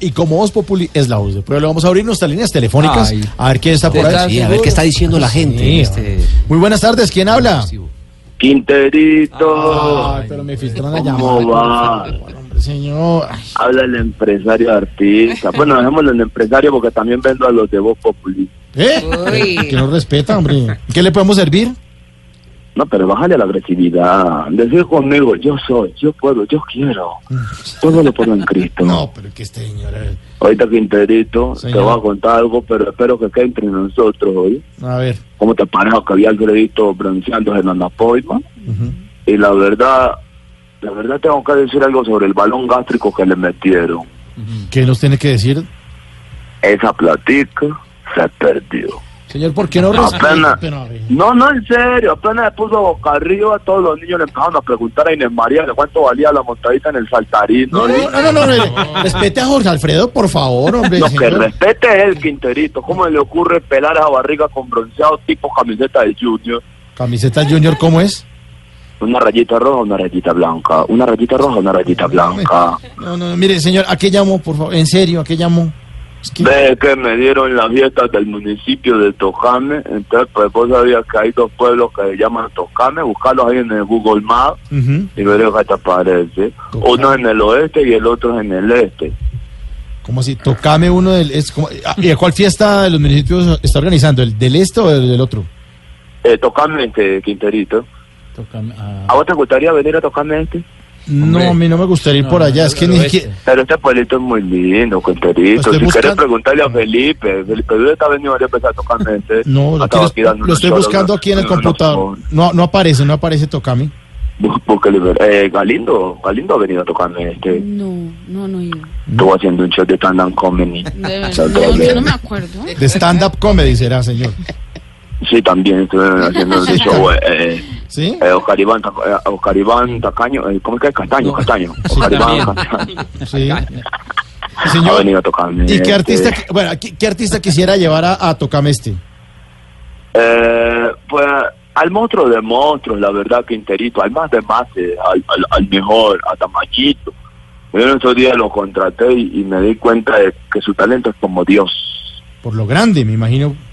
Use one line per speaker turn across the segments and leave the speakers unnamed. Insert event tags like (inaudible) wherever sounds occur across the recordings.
Y como Voz Populi es la voz de prueba, le vamos a abrir nuestras líneas telefónicas
Ay.
a ver quién está por ahí.
Sí, a ver qué está diciendo la gente.
Sí,
este-
Muy buenas tardes, ¿quién habla?
Quinterito,
Ay, pero me filtran la
¿cómo
llamada.
va?
Hombre, señor. Ay,
Habla el
(laughs)
empresario artista. Bueno, dejémoslo en empresario porque también vendo a los de Voz Populi.
¿Eh? Que no respeta, hombre. ¿Qué le podemos servir?
No, pero bájale a la agresividad. Decir conmigo, yo soy, yo puedo, yo
(laughs)
quiero. Todo lo puedo en Cristo.
No, pero que este señor. a ver.
Ahorita, Quinterito,
Señor.
te voy a contar algo, pero espero que quede entre nosotros hoy.
A ver.
¿Cómo te parece que había el gredito bronceándose en Anapoima?
ujú.
Y la verdad, la verdad tengo que decir algo sobre el balón gástrico que le metieron.
¿Qué nos tiene que decir?
Esa platica se perdió.
Señor, ¿por qué no
Apenas.
respeta? Pero, a ver.
No, no, en serio, apenas se puso boca arriba, todos los niños le empezaron a preguntar a Inés María de cuánto valía la montadita en el saltarín.
No,
No,
no, no, no, no, no. Respete a Jorge Alfredo, por favor, hombre.
que
señor.
respete es el Quinterito. ¿Cómo le ocurre pelar esa barriga con bronceado tipo camiseta de Junior?
Camiseta Junior, ¿cómo es?
Una rayita roja, una rayita blanca. Una rayita roja, una rayita blanca.
No, no, no, mire, señor, ¿a qué llamo, por favor? En serio, ¿a qué llamo? Es que-
Ve que me dieron las fiestas del municipio de Tocame. Entonces, pues vos sabías que hay dos pueblos que se llaman Tocame. Buscarlos ahí en el Google Maps.
Ujú.
y veré que te aparece. Uno en el oeste y el otro en el este.
¿Cómo así? Tocame uno del... Es como, ah, ¿Y a cuál fiesta de los municipios está organizando? ¿El del este o el del otro?
Eh, tocame este, Quinterito.
Tocame- ah,
¿A vos te gustaría venir a tocarme este?
no, a mí no me gustaría ir por
no,
allá.
no,
es que
no,
ni
no,
siquiera...
Pero este pueblito es muy lindo, Quinterito.
Lo estoy
si quieres
buscando.
preguntarle a Felipe, Felipe, ¿dónde está venido a empezar a tocarme este?
(laughs) No, lo,
Acaba
quieres-
aquí dando
lo estoy
unos
buscando
choros,
aquí en el
unos- unos
computador. No, no aparece, no aparece Tocame.
bol- Búsquele, ver. eh, Galindo, Galindo ha venido a tocarme este.
No, no, no, yo.
Estuvo haciendo un show de stand-up comedy.
De verdad,
Chao,
no, yo no
Gabriel.
me acuerdo.
(laughs)
De stand-up comedy será, señor.
Sí, también estuve haciendo un
(laughs)
Sí,
show. eh, eh,
¿Sí?
eh, Oscar, Iván, Taca- eh, Oscar Iván Tacaño, eh, ¿cómo es que es? Castaño,
No.
Castaño.
Sí,
Oscar Iván
también.
Castaño.
Sí.
Eh, Ha
Señor,
venido a tocarme.
¿y qué
este,
artista, qui- bueno, ¿qué, qué artista quisiera llevar a, a Tocame este?
Eh, pues al monstruo de monstruos, la verdad, Quinterito, al más de más, eh, al, al, al mejor, a Tamayito. Yo en esos días lo contraté y, y me di cuenta de que su talento es como Dios.
Por lo grande, me imagino. Por-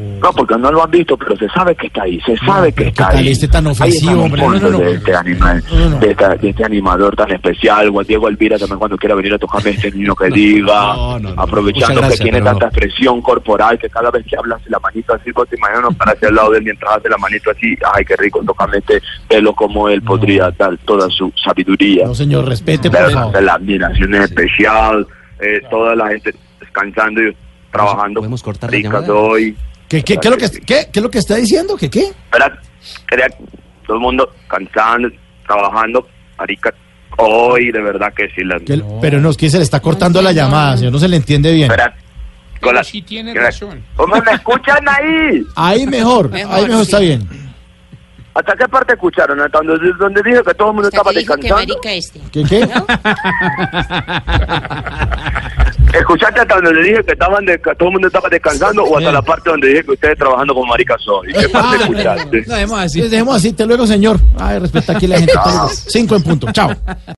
No, porque no lo han visto, pero se sabe que está ahí, se sabe que
pero
está
¿qué tal
ahí.
este tan
Ahí están
ofensivo,
los
hombre? No, no,
puntos
no,
de
no.
este animal,
No, no.
De, esta- de este animal tan especial, Juan Diego Elvira también cuando quiera venir a tocarme este niño que diga,
no, no, no.
aprovechando
Muchas gracias,
que tiene
pero
tanta
no.
expresión corporal que cada vez que habla hace la manito así, pues te imaginas uno para hacia el lado de él mientras hace la manito así, ay qué rico tocarme este pelo como él podría dar toda su sabiduría.
No, señor, este respete,
La
por
verdad,
favor.
la admiración es especial, eh, toda la gente descansando y trabajando
¿Podemos cortar la
ricas
llamada?
hoy.
¿Qué, qué, qué es lo que, qué, qué es lo que está diciendo? ¿Qué qué?
Espera, quería todo el mundo cansando, trabajando, marica, hoy de verdad que sí la
Que el- Pero no, es que se le está cortando la llamada, señor, no se le entiende bien.
espera, con la-
tiene
con la- ¿Cómo me escuchan ahí?
Ahí mejor,
Mejor,
ahí mejor está
sí.
bien.
¿Hasta qué parte escucharon? ¿Hasta donde, donde dije que todo el mundo
Hasta
estaba
que dijo que
descansando?
marica este.
¿Qué qué?
¿Escuchaste hasta donde dije que estaban de- que todo el mundo estaba descansando o hasta la parte donde dije que ustedes trabajando con marica soy?
Ah,
¿Qué parte escuchaste?
No, dejemos así.
(laughs)
Dejemos así, te luego, señor. Ay, respeta aquí la gente. hasta luego. Cinco en punto. Chao.